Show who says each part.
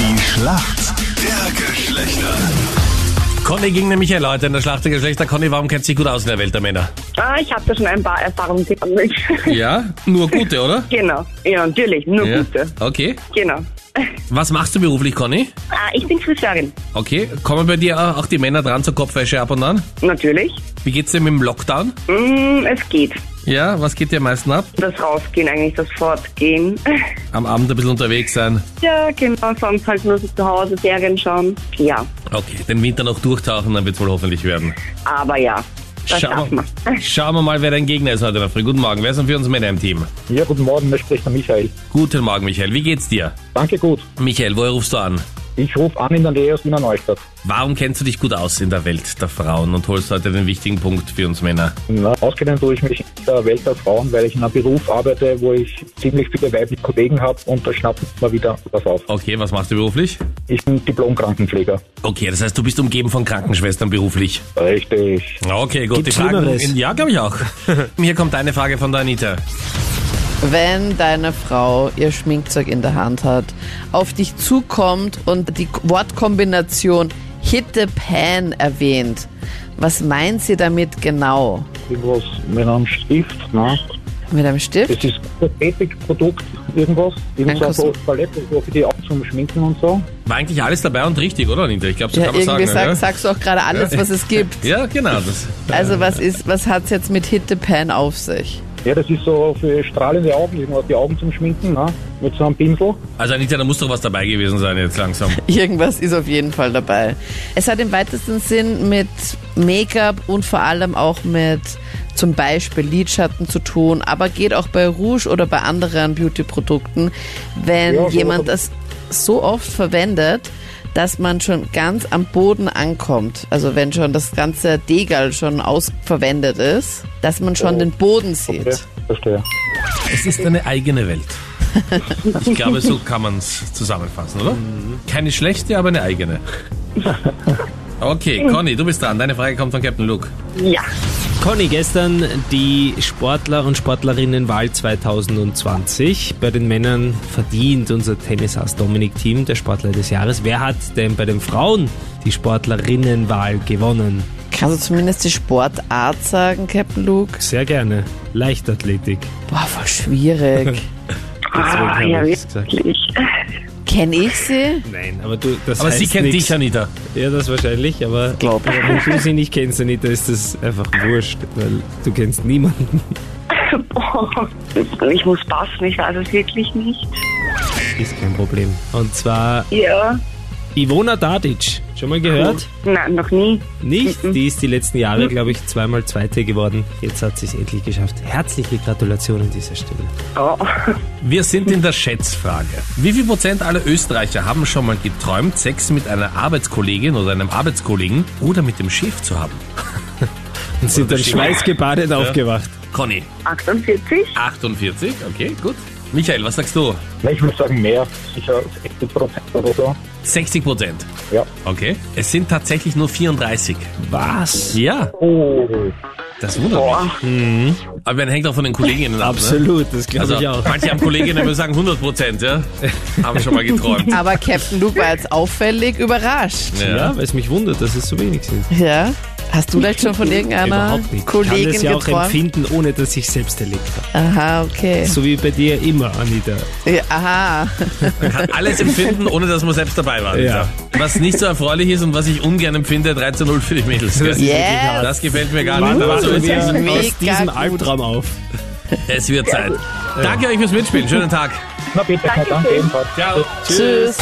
Speaker 1: Schlacht der Geschlechter.
Speaker 2: Conny ging nämlich hier, Leute, in der Schlacht der Geschlechter. Conny, warum kennt sie gut aus in der Welt der Männer?
Speaker 3: Ah, ich habe da schon ein paar Erfahrungen gesammelt.
Speaker 2: Ja, nur gute, oder?
Speaker 3: genau, ja, natürlich, nur gute.
Speaker 2: Okay.
Speaker 3: Genau.
Speaker 2: Was machst du beruflich, Conny?
Speaker 3: Ah, ich bin Friseurin.
Speaker 2: Okay. Kommen bei dir auch die Männer dran zur Kopfwäsche ab und an?
Speaker 3: Natürlich.
Speaker 2: Wie geht's dir mit dem Lockdown?
Speaker 3: Mm, es geht.
Speaker 2: Ja, was geht dir am meisten ab?
Speaker 3: Das Rausgehen eigentlich, das Fortgehen.
Speaker 2: Am Abend ein bisschen unterwegs sein.
Speaker 3: ja, genau, sonst halt nur so zu Hause Serien schauen. Ja,
Speaker 2: Okay, den Winter noch durchtauchen, dann wird's wohl hoffentlich werden.
Speaker 3: aber ja, das
Speaker 2: Schauen
Speaker 3: schaffen
Speaker 2: wir,
Speaker 3: wir.
Speaker 2: schauen wir mal, wer dein Gegner ist heute in der Früh. Guten Morgen, wer ist denn für uns Männer im Team?
Speaker 4: Ja, guten Morgen, da spricht der Michael.
Speaker 2: Guten Morgen, Michael. Wie geht's dir?
Speaker 4: Danke gut.
Speaker 2: Michael, woher rufst du an?
Speaker 4: Ich rufe an in der Nähe aus Wiener Neustadt.
Speaker 2: Warum kennst du dich gut aus in der Welt der Frauen und holst heute den wichtigen Punkt für uns Männer?
Speaker 4: Na, auskennen tue ich mich in der Welt der Frauen, weil ich in einem Beruf arbeite, wo ich ziemlich viele weibliche Kollegen habe und da schnappt man wieder was auf.
Speaker 2: Okay, was machst du beruflich?
Speaker 4: Ich bin Diplom-Krankenpfleger.
Speaker 2: Okay, das heißt, du bist umgeben von Krankenschwestern beruflich.
Speaker 4: Richtig.
Speaker 2: Okay, gut.
Speaker 5: Gibt's
Speaker 2: die Fragen.
Speaker 5: Schlimmeres?
Speaker 2: ja, glaube ich auch. Hier kommt eine Frage von der Anita.
Speaker 6: wenn deine Frau ihr Schminkzeug in der Hand hat, auf dich zukommt und die Wortkombination Hit the Pan erwähnt. Was meint sie damit genau?
Speaker 4: Irgendwas mit einem Stift, ne?
Speaker 6: Mit einem
Speaker 4: Das
Speaker 6: Stift?
Speaker 4: ist Kosmetikprodukt, irgendwas. Irgend so
Speaker 6: Ein
Speaker 4: ein
Speaker 6: Kos-
Speaker 4: Pro- Palette, so für die Augen zum Schminken und so.
Speaker 2: War eigentlich alles dabei und richtig, oder Anita? Ich glaube, so
Speaker 6: Ja,
Speaker 2: kann man
Speaker 6: irgendwie
Speaker 2: sagen. ne? oder?
Speaker 6: sag, sagst du auch gerade alles, was es gibt.
Speaker 2: Ja, genau. Das.
Speaker 6: Also was ist, was hat's jetzt mit Hit the Pan auf sich?
Speaker 4: Ja, das ist so für strahlende Augen, irgendwas die Augen zum Schminken, ne? Mit so einem Pinsel.
Speaker 2: Also Anita, da muss doch was dabei gewesen sein jetzt langsam.
Speaker 6: Irgendwas ist auf jeden Fall dabei. Es hat im weitesten Sinn mit Make-up und vor allem auch mit zum Beispiel Lidschatten zu tun, aber geht auch bei Rouge oder bei anderen Beauty-Produkten, wenn
Speaker 4: Ja, so-
Speaker 6: jemand das so oft verwendet, dass man schon ganz am Boden ankommt. Also wenn schon das ganze Degal schon ausverwendet ist, dass man
Speaker 4: Oh,
Speaker 6: schon den Boden sieht.
Speaker 4: Ja, verstehe.
Speaker 2: Es ist eine eigene Welt. Ich glaube, so kann man es zusammenfassen, oder? Keine schlechte, aber eine eigene. Okay, Conny, du bist dran. Deine Frage kommt von Captain Luke.
Speaker 3: Ja,
Speaker 5: Conny, gestern die Sportler und Sportlerinnenwahl 2020. Bei den Männern verdient unser Tennishaus Dominik Thiem der Sportler des Jahres. Wer hat denn bei den Frauen die Sportlerinnenwahl gewonnen?
Speaker 6: Kannst du zumindest die Sportart sagen, Captain Luke?
Speaker 5: Sehr gerne. Leichtathletik.
Speaker 6: Boah, voll schwierig.
Speaker 5: Deswegen
Speaker 3: ah,
Speaker 5: habe
Speaker 3: ja
Speaker 5: ich's gesagt.
Speaker 3: wirklich.
Speaker 6: Kenn ich sie?
Speaker 5: Nein, aber du, das
Speaker 2: Aber
Speaker 5: heißt
Speaker 2: sie kennt
Speaker 5: nix.
Speaker 2: dich, Anita.
Speaker 5: Ja, das wahrscheinlich, aber
Speaker 6: Glaub ich.
Speaker 5: aber wenn du sie nicht kennst, Anita, ist das einfach wurscht, weil du kennst niemanden.
Speaker 3: Boah, ich muss passen, ich weiß es wirklich nicht.
Speaker 5: Ist kein Problem. Und zwar
Speaker 3: Ja,
Speaker 5: Ivona Dadic. Schon mal gehört?
Speaker 3: nein, noch nie.
Speaker 5: Nicht?
Speaker 6: Mhm.
Speaker 5: Die ist die letzten Jahre, glaube ich, zweimal Zweite geworden. Jetzt hat sie es endlich geschafft. Herzliche Gratulation an dieser Stelle.
Speaker 3: Oh.
Speaker 2: Wir sind in der Schätzfrage. Wie viel Prozent aller Österreicher haben schon mal geträumt, Sex mit einer Arbeitskollegin oder einem Arbeitskollegen oder mit dem Chef zu haben?
Speaker 5: Und sind dann
Speaker 2: Unterschied.
Speaker 5: schweißgebadet aufgewacht.
Speaker 2: Conny,
Speaker 3: 48?
Speaker 2: 48. Okay, gut. Michael, was sagst du?
Speaker 4: Na, ich würde sagen mehr, sicher 60 Prozent oder so.
Speaker 2: 60 Prozent.
Speaker 4: Ja.
Speaker 2: Okay. Es sind tatsächlich nur 34.
Speaker 5: Was?
Speaker 2: Ja,
Speaker 4: Oh.
Speaker 2: das wundert mich. Mhm. Aber man hängt auch von den Kolleginnen ab. Ne?
Speaker 5: Absolut, das glaube
Speaker 2: Also,
Speaker 5: ich auch.
Speaker 2: manche haben Kolleginnen, die sagen 100 Prozent, ja? Haben schon mal geträumt.
Speaker 6: Aber Captain Luke war jetzt auffällig überrascht.
Speaker 2: Ja.
Speaker 5: Ja, weil es mich wundert, dass es so wenig sind.
Speaker 6: Ja? Hast du vielleicht schon von irgendeiner
Speaker 5: Überhaupt nicht. Ich kann
Speaker 6: Kollegin
Speaker 5: das ja auch
Speaker 6: geträumt?
Speaker 5: empfinden, ohne dass ich selbst erlebt habe.
Speaker 6: Aha, okay.
Speaker 5: So wie bei dir immer, Anita.
Speaker 6: Ja, aha.
Speaker 2: Man kann alles empfinden, ohne dass man selbst dabei war.
Speaker 5: Ja.
Speaker 2: Was nicht so erfreulich ist und was ich ungern empfinde, 13-0 für die Mädels. gell?
Speaker 6: Yes.
Speaker 2: Das gefällt mir gar nicht.
Speaker 5: Wann
Speaker 2: Aber so
Speaker 5: wachen
Speaker 2: ist
Speaker 5: wir
Speaker 2: es.
Speaker 6: Uh, mega
Speaker 5: aus diesem
Speaker 6: gut.
Speaker 5: Albtraum auf?
Speaker 2: Es wird Zeit. Danke euch fürs Mitspielen. Schönen Tag.
Speaker 4: Na bitte, na, danke ebenfalls.
Speaker 2: Ciao.
Speaker 6: Tschüss.